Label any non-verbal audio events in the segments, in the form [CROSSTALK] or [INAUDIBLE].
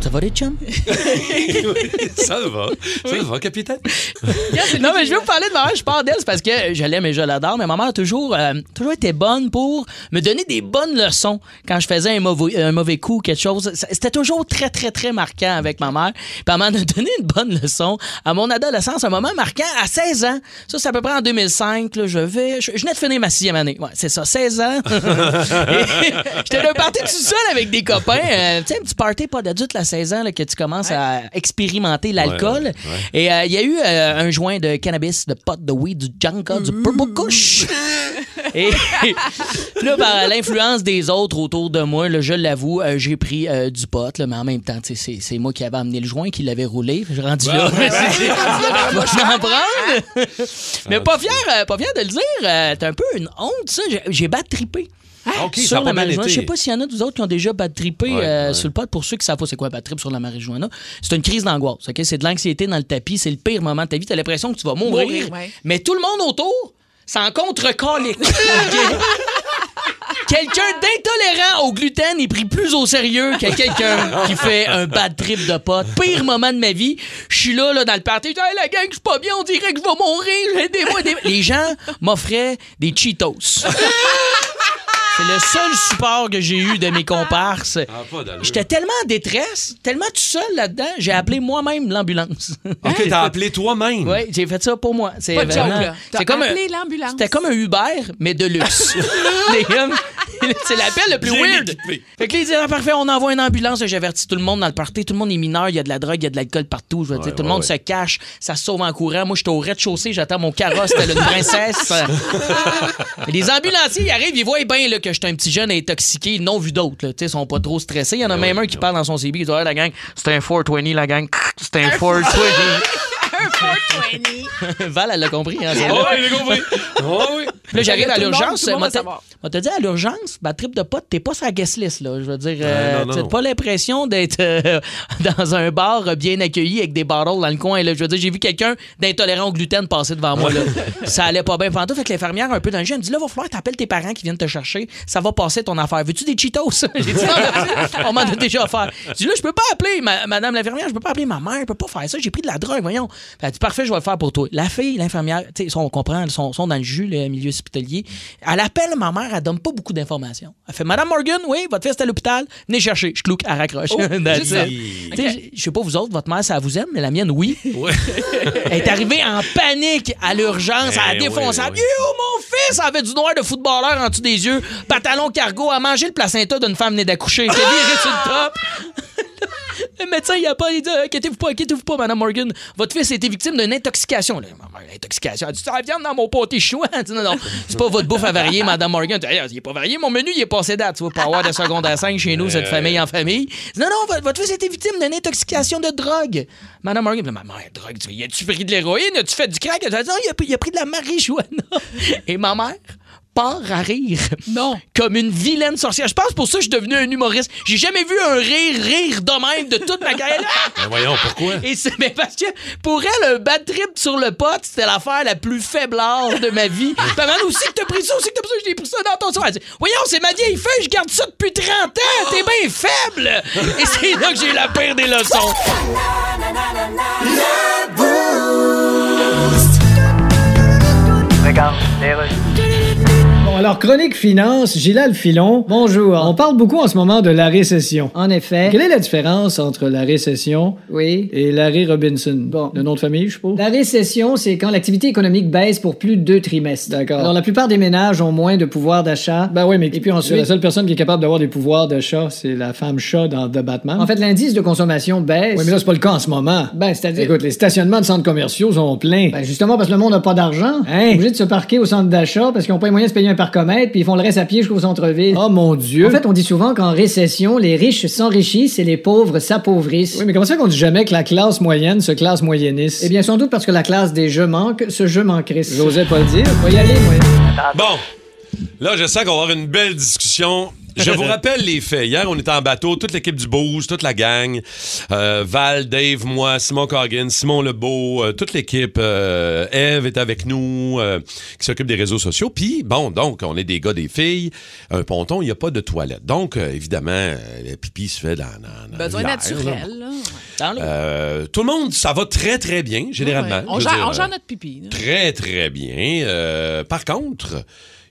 Ça va les chums? [LAUGHS] ça va, ça va, Capitaine. non, mais je vais vous parler de ma mère. Je parle d'elle, c'est parce que je l'aime et je l'adore. Mais ma mère a toujours, euh, toujours été bonne pour me donner des bonnes leçons quand je faisais un mauvais, un mauvais coup, quelque chose. Ça- C'était toujours très, très, très marquant avec ma mère. Puis elle m'en a donné une bonne leçon à mon adolescence, un moment marquant à 16 ans. Ça, c'est à peu près en 2005. là, je vais, je, je venais de finir ma sixième année. Ouais, c'est ça, 16 [LAUGHS] ans. Et [LAUGHS] J'étais d'un party tout seul avec des copains. euh, tu sais, un petit party pas d'adulte à 16 ans là, que tu commences à expérimenter l'alcool. Et euh, il y a eu euh, un joint de cannabis, de pot, de weed, du janka, du purple kush. Et [LAUGHS] là, par l'influence des autres autour de moi, là, je l'avoue, euh, j'ai pris euh, du pot, là, mais en même temps, tu sais, c'est c'est moi qui avais amené le joint, qui l'avais roulé. Je suis rendu là. Moi, [LAUGHS] je vais en prendre. mais pas fier, euh, pas fier de le dire. euh, T'es un peu une honte, ça. J'ai- J'ai bad trippé. Ah, OK, sur ça la va bien marijuana. été. Je sais pas s'il y en a de vous autres qui ont déjà bad trippé Ouais, euh, ouais. sur le pot. Pour ceux qui savent pas c'est quoi bad trip sur la marijuana, c'est une crise d'angoisse. ok? C'est de l'anxiété dans le tapis. C'est le pire moment de ta vie. T'as l'impression que tu vas mourir. Mourir, ouais. Mais tout le monde autour, c'est en contre-colique. Ok? Quelqu'un d'intolérant au gluten est pris plus au sérieux que quelqu'un qui fait un bad trip de potes. Pire moment de ma vie. Je suis là, là, dans le party. Je dis, hey, la gang, je suis pas bien, on dirait que je vais mourir. Aidez-moi, aidez-moi. Les gens m'offraient des Cheetos. C'est le seul support que j'ai eu de mes comparses. Ah, pas d'allure. J'étais tellement en détresse, tellement tout seul là-dedans, j'ai appelé moi-même l'ambulance. OK, t'as appelé toi-même. Oui, j'ai fait ça pour moi. C'est Pas de joke, vraiment- là. T'as C'est comme un- appelé l'ambulance. C'était comme un Uber, mais de luxe. [LAUGHS] Les gars, c'est l'appel le plus Bien weird. équipé. Fait que les disent, Ah, parfait, on envoie une ambulance. J'avertis tout le monde dans le party. Tout le monde est mineur. Il y a de la drogue, il y a de l'alcool partout. Je veux dire, tout le ouais, monde ouais. se cache. Ça se sauve en courant. Moi, j'étais au rez-de-chaussée. J'attends mon carrosse. C'était une [LAUGHS] princesse. Et les ambulanciers, ils arrivent. Ils voient bien là, que j'étais un petit jeune intoxiqué, non vu d'autres. là. Tu sais, Ils sont pas trop stressés. Il y en a même un qui parle dans son CB. Il dit, Ah, la gang, c'était un 420, la gang. C'était un 420. Val, elle l'a compris. hein, c'est Oh, là. oui, [LAUGHS] j'ai compris. Oh, oui. Là, j'arrive à Tout le monde, l'urgence. tout le monde Moi, va t'as- savoir. moi, t'as dit à l'urgence, ma trip de pote, t'es pas sur la guest list, là. Je veux dire, Euh, euh, non, t'as non. pas l'impression d'être euh, [LAUGHS] dans un bar euh, bien accueilli avec des barrels dans le coin. Là. Je veux dire, j'ai vu quelqu'un d'intolérant au gluten passer devant moi. Là. ça allait pas bien pendant. Fait que l'infirmière, un peu dans le jeu, elle me dit là, va falloir t'appeler tes parents qui viennent te chercher. Ça va passer ton affaire. Veux-tu des Cheetos? [LAUGHS] J'ai dit non, merci. [LAUGHS] on m'en a déjà offert. Je dis là, je peux pas appeler ma- madame l'infirmière, je peux pas appeler ma mère, je peux pas faire ça. J'ai pris de la drogue, voyons. Elle dit parfait, je vais le faire pour toi. La fille, l'infirmière, tu sais, on comprend, ils sont, sont dans le jus, le milieu hospitalier. Elle appelle ma mère, elle donne pas beaucoup d'informations. Elle fait Madame Morgan, oui, votre fille c'est à l'hôpital, venez chercher. Je clouque, elle raccroche. [LAUGHS] That's it. juste ça. Tu sais, Je sais pas vous autres, votre mère, ça vous aime, mais la mienne, oui. Elle est arrivée en panique à l'urgence, à la Eh oui, défonçable. oui. Yo, mon fils avait du noir de footballeur en dessous des yeux, pantalon cargo, à manger le placenta d'une femme née d'accoucher. Il était viré sur le top. Le médecin, il a pas il dit Inquiétez-vous pas, inquiétez-vous pas, Madame Morgan. Votre fils a été victime d'une intoxication. Là, Ma mère, intoxication. Elle dit Ça vient dans mon pâté chouan. [LAUGHS] Elle dit, Non, non, c'est pas votre bouffe à varier, Madame Morgan. Elle dit, Hey, Il est pas varié, mon menu, il est passé date. Tu vas pas avoir de seconde à 5 chez nous, cette famille en famille. Elle dit, Non, non, votre- votre fils a été victime d'une intoxication de drogue. Madame Morgan, elle dit, ma mère, drogue, tu- y a-tu pris de l'héroïne Y a-tu fait du crack Elle dit Non, il a, pris- il a pris de la marijuana. [LAUGHS] Et ma mère part à rire Non. [LAUGHS] comme une vilaine sorcière. Je pense pour ça que je suis devenu un humoriste. J'ai jamais vu un rire rire de même de toute ma [LAUGHS] carrière. Ben voyons, pourquoi? Et c'est mais parce que pour elle, un bad trip sur le pot, c'était l'affaire la plus faible de ma [LAUGHS] vie. Ta maman aussi que t'as pris ça, aussi que t'as pris ça, j'ai pris ça dans ton soir. Elle dit, Voyons, c'est ma vieille feuille, je garde ça depuis 30 ans, t'es bien [LAUGHS] faible. Et c'est là que j'ai eu la pire des leçons. Bon, alors, chronique finance, Gilal Filon. Bonjour. On parle beaucoup en ce moment de la récession. En effet. Quelle est la différence entre la récession Oui. et Larry Robinson? Bon, le nom de famille, je suppose? La récession, c'est quand l'activité économique baisse pour plus de deux trimestres. D'accord. Alors, la plupart des ménages ont moins de pouvoir d'achat. Ben oui, mais Et puis ensuite- la seule personne qui est capable d'avoir des pouvoirs de chat, c'est la femme chat dans The Batman. En fait, l'indice de consommation baisse. oui, mais là, c'est pas le cas en ce moment. Ben, c'est-à-dire. Écoute, les stationnements de centres commerciaux sont pleins. Ben, justement, parce que le monde n'a pas d'argent. Hein? Obligé de se parquer au centre d'achat parce qu'ils n'ont pas les moyens de se payer un parc comète, puis ils font le reste à pied jusqu'au centre-ville. Oh mon Dieu. En fait, on dit souvent qu'en récession, les riches s'enrichissent et les pauvres s'appauvrissent. oui, mais comment ça qu'on dit jamais que la classe moyenne se classe moyenniste? Eh bien, sans doute parce que la classe des je manque, ce je manquerait. J'osais pas le dire. Faut y aller, moi. Bon, là, je sais qu'on va avoir une belle discussion. Je vous rappelle les faits. Hier, on était en bateau, toute l'équipe du Boost, toute la gang. Euh, Val, Dave, moi, Simon Corgan, Simon Lebeau, euh, toute l'équipe. Euh, Eve est avec nous, euh, qui s'occupe des réseaux sociaux. Puis, bon, donc, on est des gars, des filles. Un ponton, il n'y a pas de toilette. Donc, euh, évidemment, euh, le pipi se fait dans... dans, dans Besoin l'air, là. naturel. là. Dans l'eau. Euh, tout le monde, ça va très, très bien, généralement. Ouais. On Je veux gère dire, on euh, gère notre pipi. là. Très, très bien. Euh, par contre,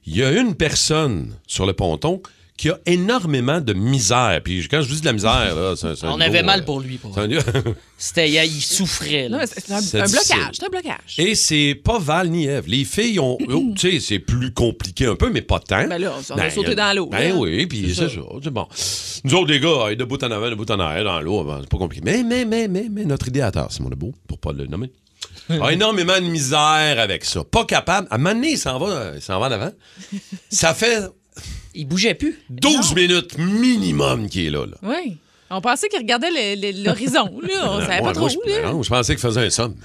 il y a une personne sur le ponton qui a énormément de misère. Puis quand je dis de la misère, là, c'est un- c'est un On niveau, avait euh, mal pour lui. Pour c'est un vrai. niveau- C'était, il, il souffrait. Non, Là. mais C'est c'est un, C'est un difficile. blocage. C'est un blocage. Et c'est pas Val ni Ève. Les filles [CLEARS THROAT] ont. oh, tu sais, c'est plus compliqué un peu, mais pas tant. Ben là, on va Ben, sauter y a- dans l'eau. Ben là. oui, puis c'est ça. C'est Bon. Nous autres, les gars, hey, de bout en avant, de bout en arrière, dans l'eau, ben, c'est pas compliqué. Mais, mais, mais, mais, mais, notre idéateur, Simon Lebeau, pour pas le [LAUGHS] nommer, a énormément de misère avec ça. Pas capable. À un moment donné, il s'en va, euh, il s'en va en [LAUGHS] avant. Ça fait Il bougeait plus. 12 minutes minimum qu'il est là. là. Oui. On pensait qu'il regardait le- le- l'horizon. [LAUGHS] là. On Euh, savait moi- pas trop moi, où. je, là. non, je pensais qu'il faisait un [LAUGHS] somme.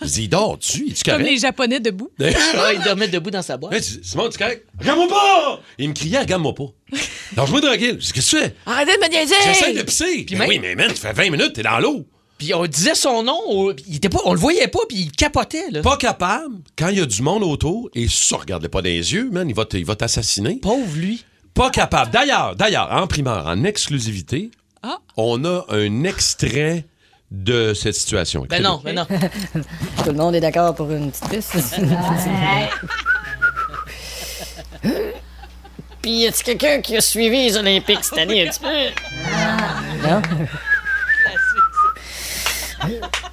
Je dis, il dort tu es-tu Comme correct? les Japonais debout. [LAUGHS] Ah, il dormait debout dans sa boîte. Hey, tu- Simon, tu es correct? Regarde-moi pas! Il me criait, regarde-moi pas. Lâche-moi tranquille. Je dis, qu'est-ce que tu fais? Arrêtez de me niaiser! J'essaie de pisser. Puis Ben même- Oui, mais man, tu fais 20 minutes, t'es dans l'eau. Puis on disait son nom, on, il était pas, on le voyait pas, puis il capotait. Là. Pas capable, quand il y a du monde autour, et ça, regarde-le pas dans les yeux, man, il va t- il va t'assassiner. Pauvre lui. Pas capable. D'ailleurs, d'ailleurs, en primeur, en exclusivité, Ah. on a un extrait de cette situation. Ben Écoutez-le. non, ben non. Tout le monde est d'accord pour une petite piste. [LAUGHS] Puis y a-t-il quelqu'un qui a suivi les Olympiques cette année un petit peu? Non?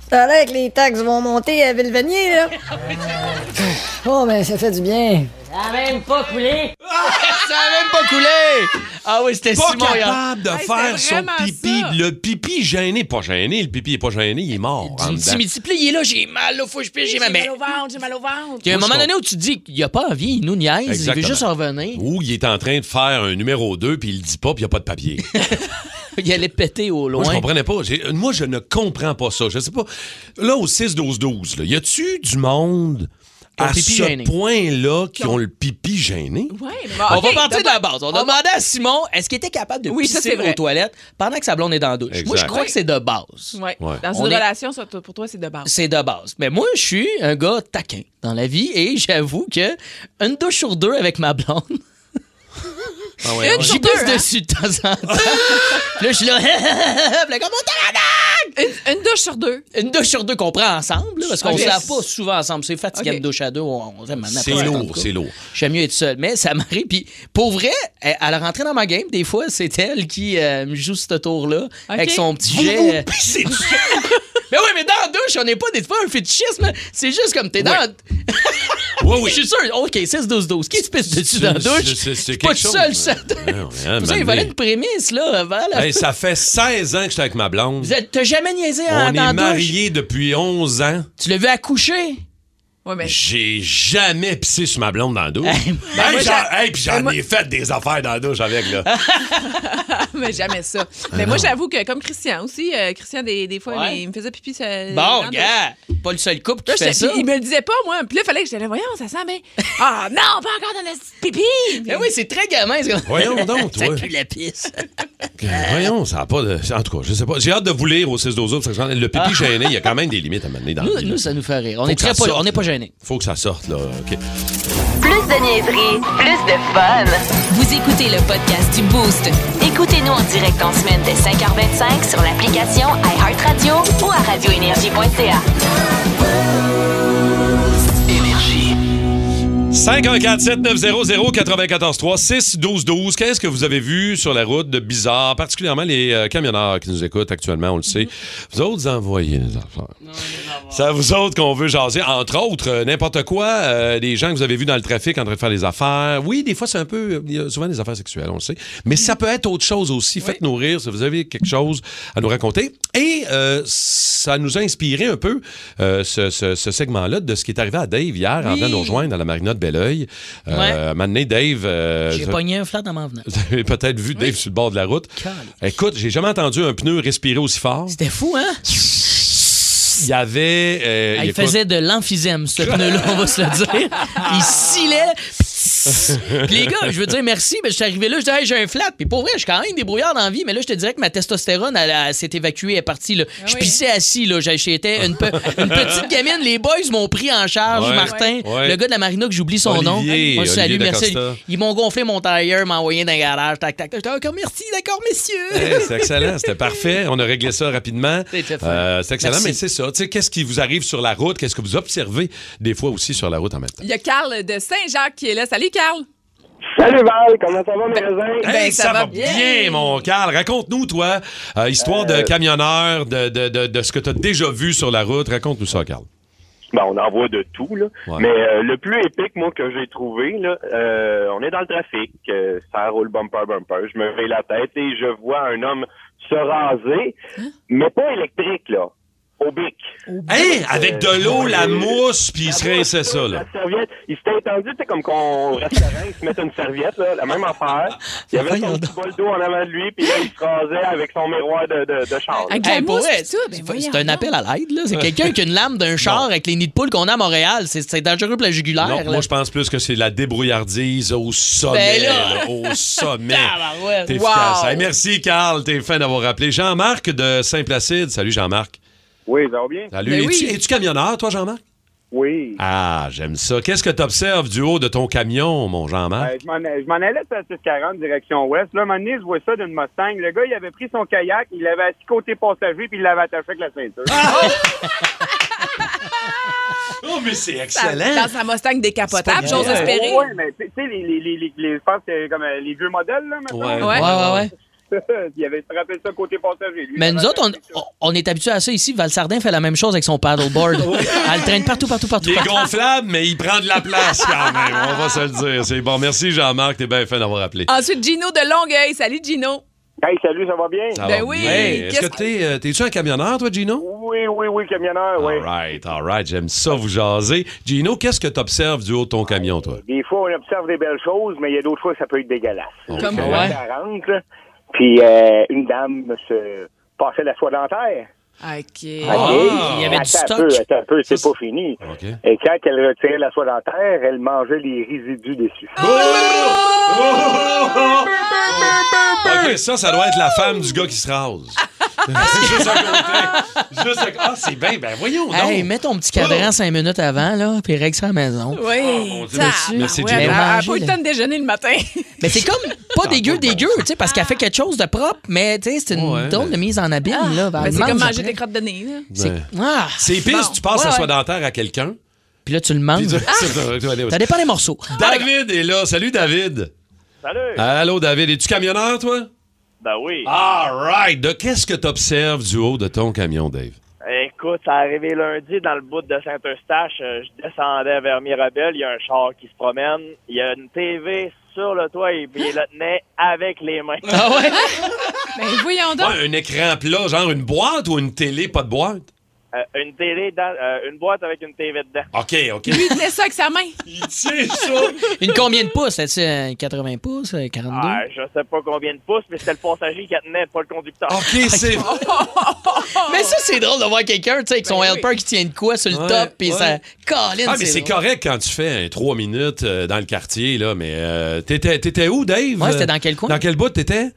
Ça a l'air que les taxes vont monter à Villevanier, [LAUGHS] là. Oh, mais ça fait du bien. Ça a même pas coulé. Ça a même pas coulé! Ah oui, c'était Pas Simon. hier. capable de Hey, faire c'est son vraiment pipi. ça. Le pipi gêné, pas gêné, le pipi est pas gêné, il est mort. en Il dedans. dit, mais tu plais, il est là, j'ai mal, là, faut que je pige, j'ai J'ai mal. Mais mal au ventre, j'ai mal au ventre. il y a un Moi, moment je donné où tu te dis, il a pas envie, il nous niaise, il Exactement. veut juste en revenir. Ou il est en train de faire un numéro 2 puis il le dit pas puis il n'y a pas de papier. Il allait péter au Moi, je loin. comprenais pas. J'ai- Moi, je ne comprends pas ça. Je sais pas. Là, au 6-12-12, là, y a-tu du monde Qui ont à le pipi ce gêné. point-là qui ont le pipi gêné? Ouais, mais On ok, va partir de la base. On a on va- demandé à Simon, est-ce qu'il était capable de Oui, ça, pisser c'est vrai. aux toilettes pendant que sa blonde est dans la douche? Moi, je Exact. crois que c'est de base. Ouais. Ouais. Dans On une est- relation, ça, t- pour toi, c'est de base. C'est de base. Mais moi, je suis un gars taquin dans la vie et j'avoue que une douche sur deux avec ma blonde, Ah Une j'y sur deux, pisse hein? dessus de temps en temps. Puis là, je suis là, [LAUGHS] Puis là, comme on t'a la date! Une, une douche sur deux. Une douche sur deux qu'on prend ensemble, là, parce qu'on Ok. se lave pas souvent ensemble. C'est fatiguant Ok. de douche à deux. On, on- on- C'est on- lourd, c'est lourd. J'aime mieux être seul. Mais ça m'arrive. Puis pour vrai, elle- à la rentrée dans ma game, des fois, c'est elle qui euh, me joue ce tour-là avec son petit jet. Pissez dessus. [LAUGHS] Mais oui, mais dans la douche, on n'est pas, c'est pas un fétichisme. C'est juste comme t'es dans. Oui, Oh [LAUGHS] oui. Je suis sûr. OK, 6-12-12. Qui se pisse dessus dans la C'est- douche? Je c'est- c'est suis pas quelque tout chose, seul, mais- ça. Non, mais, hein, Pour ça, il m'amener. valait une prémisse, là. avant la- Hey, ça fait 16 ans que je suis avec ma blonde. Vous êtes- T'as jamais niaisé en, On dans la est douche? mariés depuis 11 ans. Tu l'as vu accoucher? [LAUGHS] Ouais, mais J'ai jamais pissé sur ma blonde dans la douche. Hey, Hey, j'en- moi, j'ai- hey, puis j'en ai fait des affaires dans la douche avec, [LAUGHS] là. mais jamais ça. Ah mais moi, j'avoue que, comme Christian aussi, euh, Christian, des, des fois, Ouais. il me faisait pipi. sur- dans Bon, la douche. gars, pas le seul couple Là, qui fait j'étais- ça. puis il me le disait pas, moi. Puis là, il fallait que j'allais, voyons, ça sent bien. Ah non, pas encore dans la petite pipi! Eh oui, c'est très gamin. c'est comme- [LAUGHS] Voyons donc, Ça toi. Ah, pue la pisse. Euh, Ben, Voyons, ça n'a pas de. En tout cas, je sais pas. J'ai hâte de vous lire au 6 12 autres. parce que j'en- Le pipi gêné, il y a quand même des limites à mener dans Ah. Nous, la vie, nous, là. ça nous fait rire. On Faut est que très ça pas, sorte, on n'est pas là. gênés. Faut que ça sorte, là. OK. Plus de niaiserie, plus de fun. Vous écoutez le podcast du Boost. Écoutez-nous en direct en semaine dès 5h25 sur l'application iHeartRadio ou à radioénergie.ca. 514 7900 94 3 6 12 12 Qu'est-ce que vous avez vu sur la route de bizarre, Mm-hmm. particulièrement les euh, camionneurs qui nous écoutent actuellement, on le sait. Vous autres envoyez les affaires. C'est à vous autres qu'on veut jaser. Entre autres, euh, n'importe quoi, euh, des gens que vous avez vus dans le trafic en train de faire des affaires. Oui, des fois, c'est un peu. Il y a souvent des affaires sexuelles, on le sait. Mais ça peut être autre chose aussi. Faites-nous rire si vous avez quelque chose à nous raconter. Et euh, ça nous a inspiré un peu, euh, ce, ce- ce segment-là, de ce qui est arrivé à Dave hier en venant nous rejoindre à la marina de Belleuil. Euh, Ouais. à un moment donné, Dave. euh, J'ai vous- pogné un flat dans m'en venant. vous avez peut-être vu Dave sur le bord de la route. Écoute, j'ai jamais entendu un pneu respirer aussi fort. C'était fou, hein? Il y avait. euh, Ah, il écoute, faisait de l'emphysème, ce pneu-là, on va se le dire. Il silait. Puis les gars, je veux dire merci, mais je suis arrivé là, je dis Hey, j'ai un flat. Puis pour vrai, je suis quand même débrouillard dans la vie, mais là, je te dirais que ma testostérone, elle, elle s'est évacuée, elle est partie. Là. je oui, pissais assis, là. J'ai- J'étais une, pe- une petite gamine. Les boys m'ont pris en charge, Ouais. Martin, Ouais. le gars de la marina que j'oublie son nom. Olivier, On le salue, Olivier Da merci. Costa. Ils m'ont gonflé mon tailleur, m'ont envoyé dans le garage, tac, tac, tac. J'étais encore merci, d'accord, messieurs. Hey, c'est excellent, c'était parfait. On a réglé ça rapidement. C'était fait. Euh, c'est excellent, Merci. mais c'est ça. Tu sais, qu'est-ce qui vous arrive sur la route? Qu'est-ce que vous observez des fois aussi sur la route en même temps? Il y a Carl de Saint-Jacques qui est là. Salut, Carl. Salut Val, comment ça va mes raisins? Ben, ça va bien. mon Carl. Raconte-nous, toi, euh, histoire de camionneur, de, de, de, de ce que tu as déjà vu sur la route. Raconte-nous ça, Carl. Ben, on en voit de tout, là. Ouais. Mais euh, le plus épique, moi, que j'ai trouvé, là, euh, on est dans le trafic, euh, ça roule bumper bumper, je me réveille la tête et je vois un homme se raser, mais pas électrique, là, au bic. Hey, avec de l'eau, la mousse, puis il se rinçait ça, là. La serviette, il s'était étendu, tu sais, comme qu'on restaurant, il se met une serviette, là, la même affaire. Il y avait son petit bol d'eau en avant de lui, puis là, il se rasait avec son miroir de, de, de char, là. Avec la Hey, pour mousse vrai, pis tout, ben c'est- voyons c'est un donc. appel à l'aide. là. C'est quelqu'un qui a une lame [LAUGHS] d'un char avec les nids de poule qu'on a à Montréal. C'est c'est dangereux pour la jugulaire. Non, là. moi, je pense plus que c'est la débrouillardise au sommet. Ben là. là, au sommet. Tabarouette. T'es Wow. efficace. Hey, merci, Carl. T'es fin d'avoir rappelé. Jean-Marc de Saint-Placide. Salut, Jean-Marc. Oui, ça va bien? Salut. Ben Es-tu, oui. es-tu camionneur, toi, Jean-Marc? Oui. Ah, j'aime ça. Qu'est-ce que t'observes du haut de ton camion, mon Jean-Marc? Euh, je m'en je m'en allais sur la 640 direction ouest. Là, un moment donné, je vois ça d'une Mustang. Le gars, il avait pris son kayak, il l'avait assis côté passager, puis il l'avait attaché avec la ceinture. Ah! [LAUGHS] Oh, mais c'est Dans sa Mustang décapotable, j'ose C'est pas espérer. Oui, mais tu tu sais, les, les, les, les, les- je pense que c'est comme euh, les vieux modèles, là, maintenant. Ouais. Ouais, ouais, ouais. [LAUGHS] il avait frappé ça côté passager. Lui, Mais il nous avait autres, attaché on, on est habitué à ça ici. Valsardin fait la même chose avec son [LAUGHS] paddleboard. Elle traîne partout, partout, partout. Il est partout. gonflable, mais il prend de la place quand même. [LAUGHS] On va se le dire. C'est bon. Merci, Jean-Marc. T'es bien fin d'avoir rappelé. Ensuite, Gino de Longueuil. Salut, Gino. ça. Hey, salut, ça va bien? Ça ben va oui. bien. Est-ce que Qu'est-ce- t'es, euh, t'es-tu un camionneur, toi, Gino? Oui, oui, oui, camionneur, oui. All right, all right. J'aime ça vous jaser. Gino, qu'est-ce que t'observes du haut de ton camion, toi? Des fois, on observe des belles choses, mais il y a d'autres fois, ça peut être dégueulasse. Comme Ok. quoi? Ouais. 40, là, puis euh, une dame se passait la soie dentaire. OK. OK. Ah! Il y avait du Attends stock. Un peu, attends un peu, c'est pas fini. OK. Et quand elle retirait la soie dentaire, elle mangeait les résidus dessus. Ah, Oh! OK, Ben, ça, ça doit être la femme du gars qui se [LAUGHS] rase. Juste à côté. Juste à côté. Ah, c'est bien, ben voyons donc. Hey, mets ton petit cadran Oh. cinq minutes avant, là, puis règle ça à la maison. Oui. Dieu, merci- merci, tabarouette. Gino. Elle a Manger, pas eu le là. temps de déjeuner le matin. Mais c'est comme pas dégueu, pas de bon dégueu, tu sais, parce qu'elle fait quelque chose de propre, mais tu sais, c'est une ben. Ouais, drôle mais- de mise en abîme, là. [LAUGHS] Ben, Elle c'est mange comme manger après. des crottes de nez. là. C'est- Ah! C'est pire si tu passes Ouais, la soie ouais. dentaire à quelqu'un. Puis là, tu le puis manges. tu- Ah. [LAUGHS] Ça dépend des morceaux. David est là. Salut, David. Salut! Allô, David. Es-tu camionneur, toi? Ben oui. All right. De qu'est-ce que t'observes du haut de ton camion, Dave? Écoute, ça arrivé lundi dans le bout de Saint-Eustache. euh, Je descendais vers Mirabel. Il y a un char qui se promène. Il y a une TV sur le toit et puis il la tenait avec les mains. Ah ouais? Ben, voyons donc. Ouais, un écran plat, genre une boîte ou une télé, pas de boîte? Euh, une télé dans euh, une boîte avec une TV dedans. OK, [LAUGHS] OK. Lui, il tenait ça avec sa main. Il tient ça. Une combien de pouces? Est-ce euh, 80 pouces? euh, 42? Ah, je sais pas combien de pouces, mais c'était le passager qui la tenait, pas le conducteur. Ah, OK, c'est... Mais ça, c'est drôle de voir quelqu'un, tu sais, avec son Ben oui. helper qui tient de quoi sur le Ouais, top, puis ouais. ça. Colin, Ah, mais c'est drôle. correct quand tu fais un 3 minutes euh, dans le quartier, là, mais euh, t'étais, t'étais où, Dave? Ouais, c'était dans quel coin? Dans quel bout t'étais?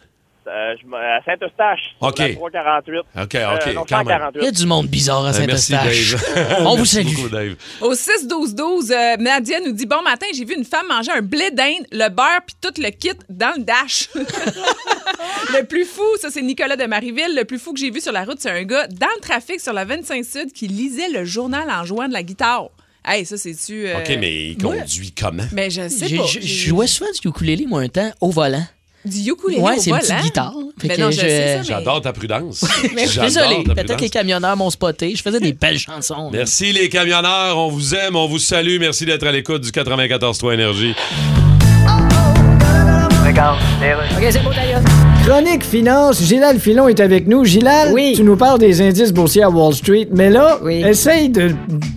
Euh, je m- à Saint-Eustache, sur OK. la 348. OK, OK, Euh, non, quand même. 148. Il y a du monde bizarre à Euh, merci, Saint-Eustache. Dave. [LAUGHS] On vous Merci salue. beaucoup, Dave. Au 6-12-12, euh, Nadia nous dit Bon matin, j'ai vu une femme manger un blé d'Inde, le beurre, puis tout le kit dans le dash. [LAUGHS] le plus fou, ça, c'est Nicolas de Marieville. Le plus fou que j'ai vu sur la route, c'est un gars dans le trafic sur la 25 Sud qui lisait le journal en jouant de la guitare. Hey, ça, c'est-tu. euh, OK, mais il conduit comment? Mais je sais J'ai- pas. Je je jouais souvent du ukulélé, moi, un temps, au volant. du ukulélé Ouais, au c'est une petite volant. guitare. Fait Mais que non, je, sais ça, mais- J'adore [LAUGHS] ta prudence. Je suis J'adore désolé, ta peut-être prudence. que les camionneurs m'ont spoté. Je faisais des [LAUGHS] belles chansons. là. Merci les camionneurs, on vous aime, on vous salue. Merci d'être à l'écoute du 94.3 Énergie. Chronique Finance, Gilal Filon est avec nous. Gilal, Oui. tu nous parles des indices boursiers à Wall Street, mais là, Oui. essaye de...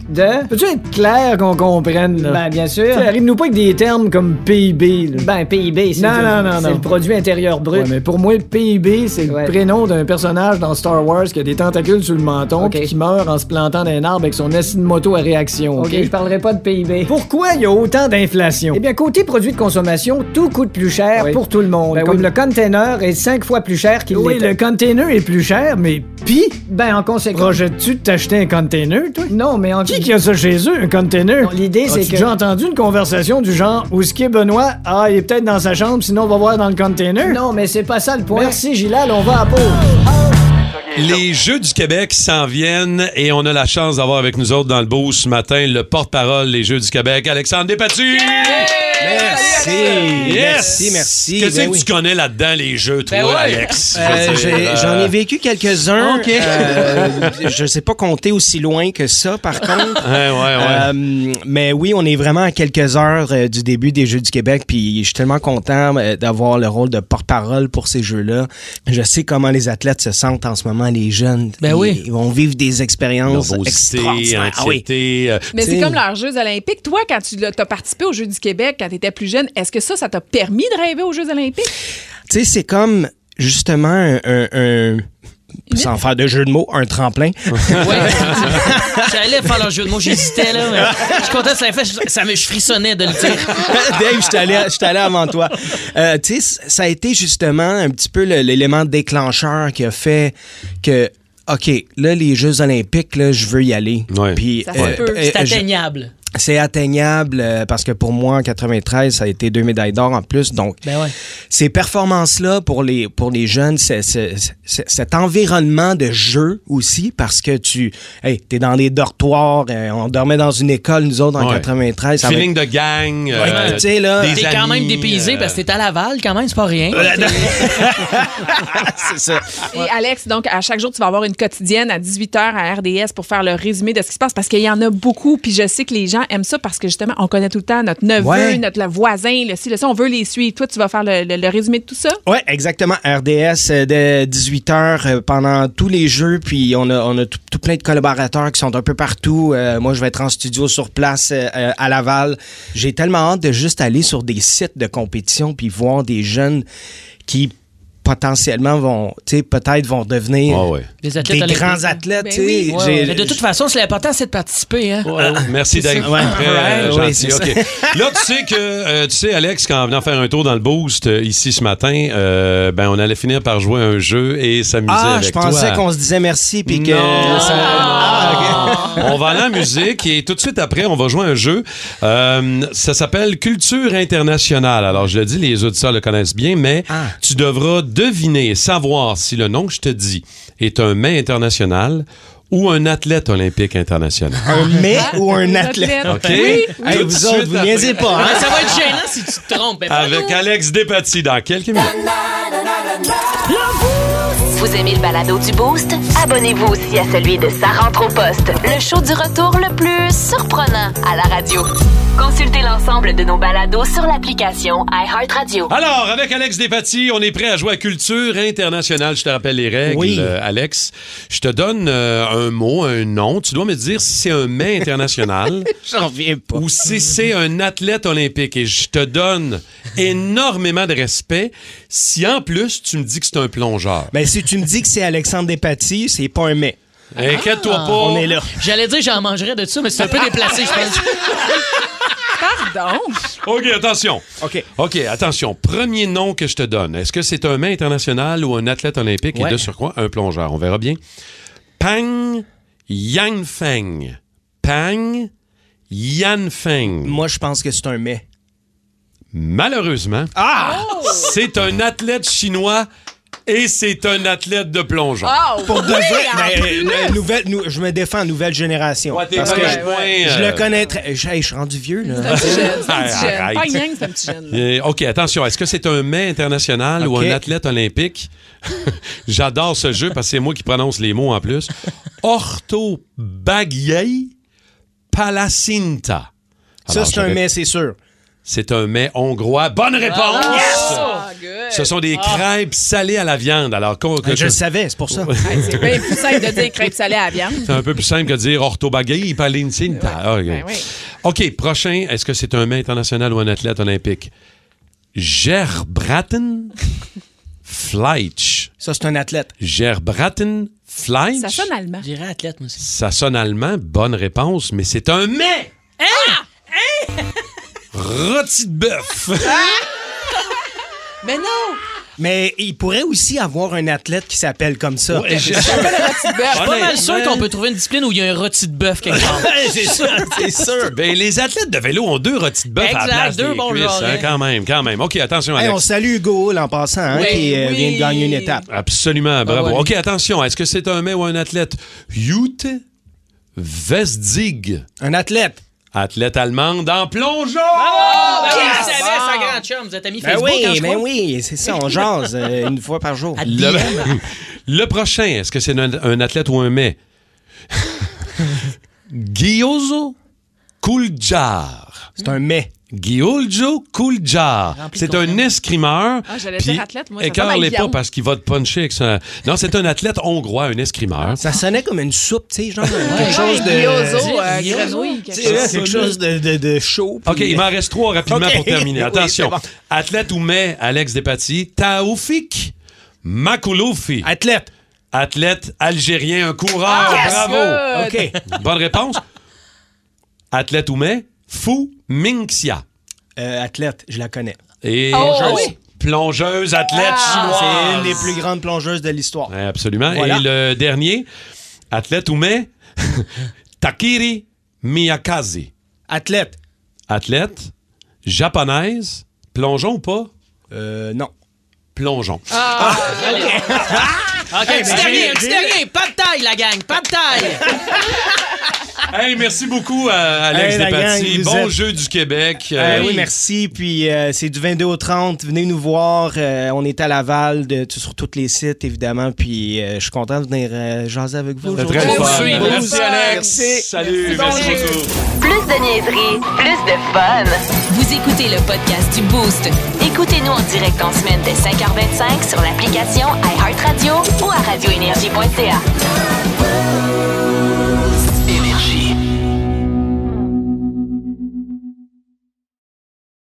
de... Peux-tu être clair qu'on comprenne? là? Ben, bien sûr. Tu sais, Arrive-nous pas avec des termes comme PIB. là. Ben, PIB, c'est Non, le- non, non, c'est non. le produit intérieur brut. Ouais, mais pour moi, le PIB, c'est Ouais. le prénom d'un personnage dans Star Wars qui a des tentacules sur le menton Ok. puis qui meurt en se plantant d'un arbre avec son acide moto à réaction. OK, OK? je parlerai pas de PIB. Pourquoi il y a autant d'inflation? Eh bien, côté produits de consommation, tout coûte plus cher Oui. pour tout le monde. Ben comme oui. le container est cinq fois plus cher qu'il oui, l'était. le container est plus cher, mais pis, Ben, en conséquence... projettes-tu de t'acheter un container, toi? Non, mais en... Qui qui a ça chez eux, un container? Non, l'idée, c'est As-tu que- déjà entendu une conversation du genre où ce qui est Benoît, ah, il est peut-être dans sa chambre, sinon on va voir dans le container? Non, mais c'est pas ça le point. Merci Gilal, on va à pause. Les Jeux du Québec s'en viennent et on a la chance d'avoir avec nous autres dans le beau ce matin le porte-parole des Jeux du Québec, Alexandre Despatu. Merci. Merci, merci. Qu'est-ce Ben que oui. tu connais là-dedans, les jeux, toi, Ben ouais. Alex? Euh, Je veux j'ai- dire, J'en euh, ai vécu quelques-uns. Ok. Euh, je ne sais pas compter aussi loin que ça, [LAUGHS] par contre. Ouais, hein, ouais, ouais. Euh, mais oui, on est vraiment à quelques heures euh, du début des Jeux du Québec, puis je suis tellement content euh, d'avoir le rôle de porte-parole pour ces Jeux-là. Je sais comment les athlètes se sentent en ce moment, les jeunes. Ben Ils- oui. Ils vont vivre des expériences Nervosité, extraordinaires. Ah oui. anxiété. euh, Mais c'est T'sais. comme leurs Jeux olympiques. Toi, quand tu as participé aux Jeux du Québec, quand tu étais plus jeune, est-ce que ça, ça t'a permis de rêver aux Jeux olympiques? Tu sais, c'est comme justement un, un- un- sans faire de jeu de mots, un tremplin. Ouais. J'allais faire leur jeu de mots, j'hésitais là. mais Je suis content que ça l'ait fait, je- ça me je frissonnais de le dire. [LAUGHS] Dave, je suis allé, je suis allé avant toi. Euh, tu sais, ça a été justement un petit peu le- l'élément déclencheur qui a fait que, OK, là, les Jeux olympiques, là, je veux y aller. Ouais. Puis, Ça se Euh, peut. C'est Euh, je- atteignable. c'est atteignable euh, parce que pour moi, en 93, ça a été deux médailles d'or en plus. Donc, Ben ouais. ces performances-là pour les, pour les jeunes, c'est- c'est- c'est- cet environnement de jeu aussi, parce que tu hey, es dans des dortoirs, euh, on dormait dans une école, nous autres, en Ouais. 93. ça avait- Feeling de gang. euh, tu sais, là, des T'es quand amis, même dépaysé euh, parce que t'es à Laval quand même, c'est pas rien. Euh, c'est ça. Et Alex, donc, à chaque jour, tu vas avoir une quotidienne à 18h à RDS pour faire le résumé de ce qui se passe parce qu'il y en a beaucoup. Puis je sais que les gens aiment ça parce que justement, on connaît tout le temps notre neveu, Ouais. notre le voisin, le ci, le ça. On veut les suivre. Toi, tu vas faire le, le- le résumé de tout ça? Oui, exactement. RDS euh, de 18h euh, pendant tous les jeux. Puis on a, on a tout, tout plein de collaborateurs qui sont un peu partout. Euh, moi, je vais être en studio sur place euh, euh, à Laval. J'ai tellement hâte de juste aller sur des sites de compétition puis voir des jeunes qui potentiellement vont, tu sais, peut-être vont devenir Ah ouais. Des des athlètes olympiques. grands athlètes. Ben tu sais. oui. Ouais, J'ai- ouais. Mais de toute façon, c'est l'important, c'est de participer. Hein. Ah, merci Dave. Ouais. Très, euh, Ouais, gentil. oui, c'est OK. Là, tu sais que, euh, tu sais, Alex, quand en venant faire un tour dans le boost euh, ici ce matin, euh, ben, on allait finir par jouer à un jeu et s'amuser Ah, avec je pensais toi. qu'on se disait merci puis que Non. ça- Ah, ok. On va aller en musique et tout de suite après, on va jouer à un jeu. Euh, ça s'appelle Culture internationale. Alors, je le dis, les auditeurs le connaissent bien, mais Ah. tu devras deviner, savoir si le nom que je te dis est un mets international ou un athlète olympique international. Un mais ou un Ah. athlète. OK? Oui. Ah. Hey, Tout de vous suite autres, vous après- niaisez pas, hein? Ah, ça va être gênant si tu te trompes. Ah. Ben, Avec Alex Despatie dans quelques minutes. Vous aimez le balado du Boost? Abonnez-vous aussi à celui de Sa rentre au poste, le show du retour le plus surprenant à la radio. Consultez l'ensemble de nos balados sur l'application iHeartRadio. Alors, avec Alex Despatie, on est prêt à jouer à Culture internationale. Je te rappelle les règles, Oui. euh, Alex. Je te donne euh, un mot, un nom. Tu dois me dire si c'est un mets international [LAUGHS] J'en viens pas. ou si c'est un athlète olympique. Et je te donne énormément de respect si en plus tu me dis que c'est un plongeur. Ben, si tu me dis que c'est Alexandre Despatie, c'est pas un mais. Inquiète-toi pas. ah, On est là. J'allais dire j'en mangerais de ça, mais c'est un peu déplacé, [LAUGHS] je pense. Pardon! OK, attention. OK. OK, attention. Premier nom que je te donne. Est-ce que c'est un main international ou un athlète olympique et Ouais. de surcroît un plongeur? On verra bien. Pang Yanfeng. Pang Yanfeng. Moi, je pense que c'est un mais. Malheureusement, Ah! c'est un athlète chinois et c'est un athlète de plongeon. Oh, Pour de vrai, ben, euh, nouvelle, nou- je me défends nouvelle génération. Ouais, t'es parce pas que loin, je, ouais, je euh, le connais très. Je, hey, je suis rendu vieux, là. [LAUGHS] C'est un petit jeune, c'est un petit jeune. Arrête. Pas gang, c'est un petit jeune. là. Euh, OK, attention, est-ce que c'est un mets international ou OK. un athlète olympique? [LAUGHS] J'adore ce jeu parce que c'est moi qui prononce les mots en plus. Orthobagiei palacinta. Ça, Alors, c'est un j'aurais- mais, c'est sûr. C'est un mets hongrois. Bonne réponse! Ah, good. Ce sont des crêpes salées à la viande. Alors, qu'on- que- Ah, Je que- le savais, c'est pour ça. Hey, c'est bien plus simple de dire crêpes salées à la viande. c'est un peu plus simple que de dire orthobagiei palacinta. Ah, OK. Ben oui. OK, prochain, est-ce que c'est un mets international ou un athlète olympique? Gerbraten Fleisch. Ça, c'est un athlète. Gerbraten Fleisch. Ça sonne allemand. J'irai athlète, moi aussi. Ça sonne allemand, bonne réponse, mais c'est un mais! Rôti [LAUGHS] de bœuf! Ah, Mais non! Mais il pourrait aussi avoir un athlète qui s'appelle comme ça. Ben, Je suis pas mal sûr qu'on [LAUGHS] peut trouver une discipline où il y a un rôti de bœuf [LAUGHS] quelque part. c'est sûr, c'est sûr. Ben, les athlètes de vélo ont deux rôtis de bœuf à la Exact, place deux des bons cuisses, genres, hein, hein. quand même, quand même. OK, attention, Hey, Alex. on salue Hugo Hall en passant, hein, Oui, qui euh, oui. vient de gagner une étape. Absolument, bravo. Ah ouais. OK, attention, est-ce que c'est un mets ou un athlète? Jute Vestig, Un athlète. athlète allemande en plongeon! Ah, ben oui, Yes! je savais, sa grande chum. Vous êtes amis Ben Facebook, hein, oui, je ben crois. oui, c'est ça, on jase euh, une fois par jour. Le, [LAUGHS] le prochain, est-ce que c'est un, un athlète ou [LAUGHS] un mets? Gyozo Kuljar. C'est un mais. Gyozo Kuljar. Remplis C'est ton un escrimeur. Ah, j'allais Puis, dire athlète, moi, ça sonne à Écarte-les viande. pas parce qu'il va te puncher avec ça. Non, c'est un athlète hongrois, un escrimeur. Ça sonnait comme une soupe, tu sais, genre quelque chose de... Gyozo, euh, Gyozo. grenouille, quelque Tu chose. sais, quelque chose de, de, de chaud. OK, puis- il m'en reste trois rapidement OK. pour terminer. [LAUGHS] Oui, Attention. c'est bon. Athlète ou mais, Alex Despatie. Taoufik Makuloufi. euh, Athlète. Athlète algérien, un coureur. Ah, yes, Bravo. good. OK. [LAUGHS] Bonne réponse. Athlète ou mais, Fou Minxia. Euh, athlète, je la connais. Et Oh, ah oui. plongeuse, athlète C'est chinoise. une des plus grandes plongeuses de l'histoire. Ouais, Absolument. Ah. Voilà. Et le dernier, athlète ou mais, [LAUGHS] Takiri Miyakaze. Athlète. Athlète, japonaise, plongeon ou pas? Euh, non. Plongeon. Ah. OK, un petit ben, dernier, un j'ai- petit dernier. Pas de taille, la gang, pas de taille. Hey, merci beaucoup à Alex Hey, la Despatie. gang, vous Bon êtes- jeu du Québec. Euh, Euh, oui, merci. Puis euh, c'est du 22 au 30. Venez nous voir. Euh, on est à Laval de, sur tous les sites, évidemment. Puis euh, je suis content de venir euh, jaser avec vous. C'est aujourd'hui. très Vous fun. suivez. Merci Alex. Merci. Salut. Merci. merci beaucoup. Plus de niaiserie, plus de fun. Vous écoutez le podcast du Boost. Écoutez-nous en direct en semaine dès 5h25 sur l'application iHeartRadio ou à radioénergie.ca.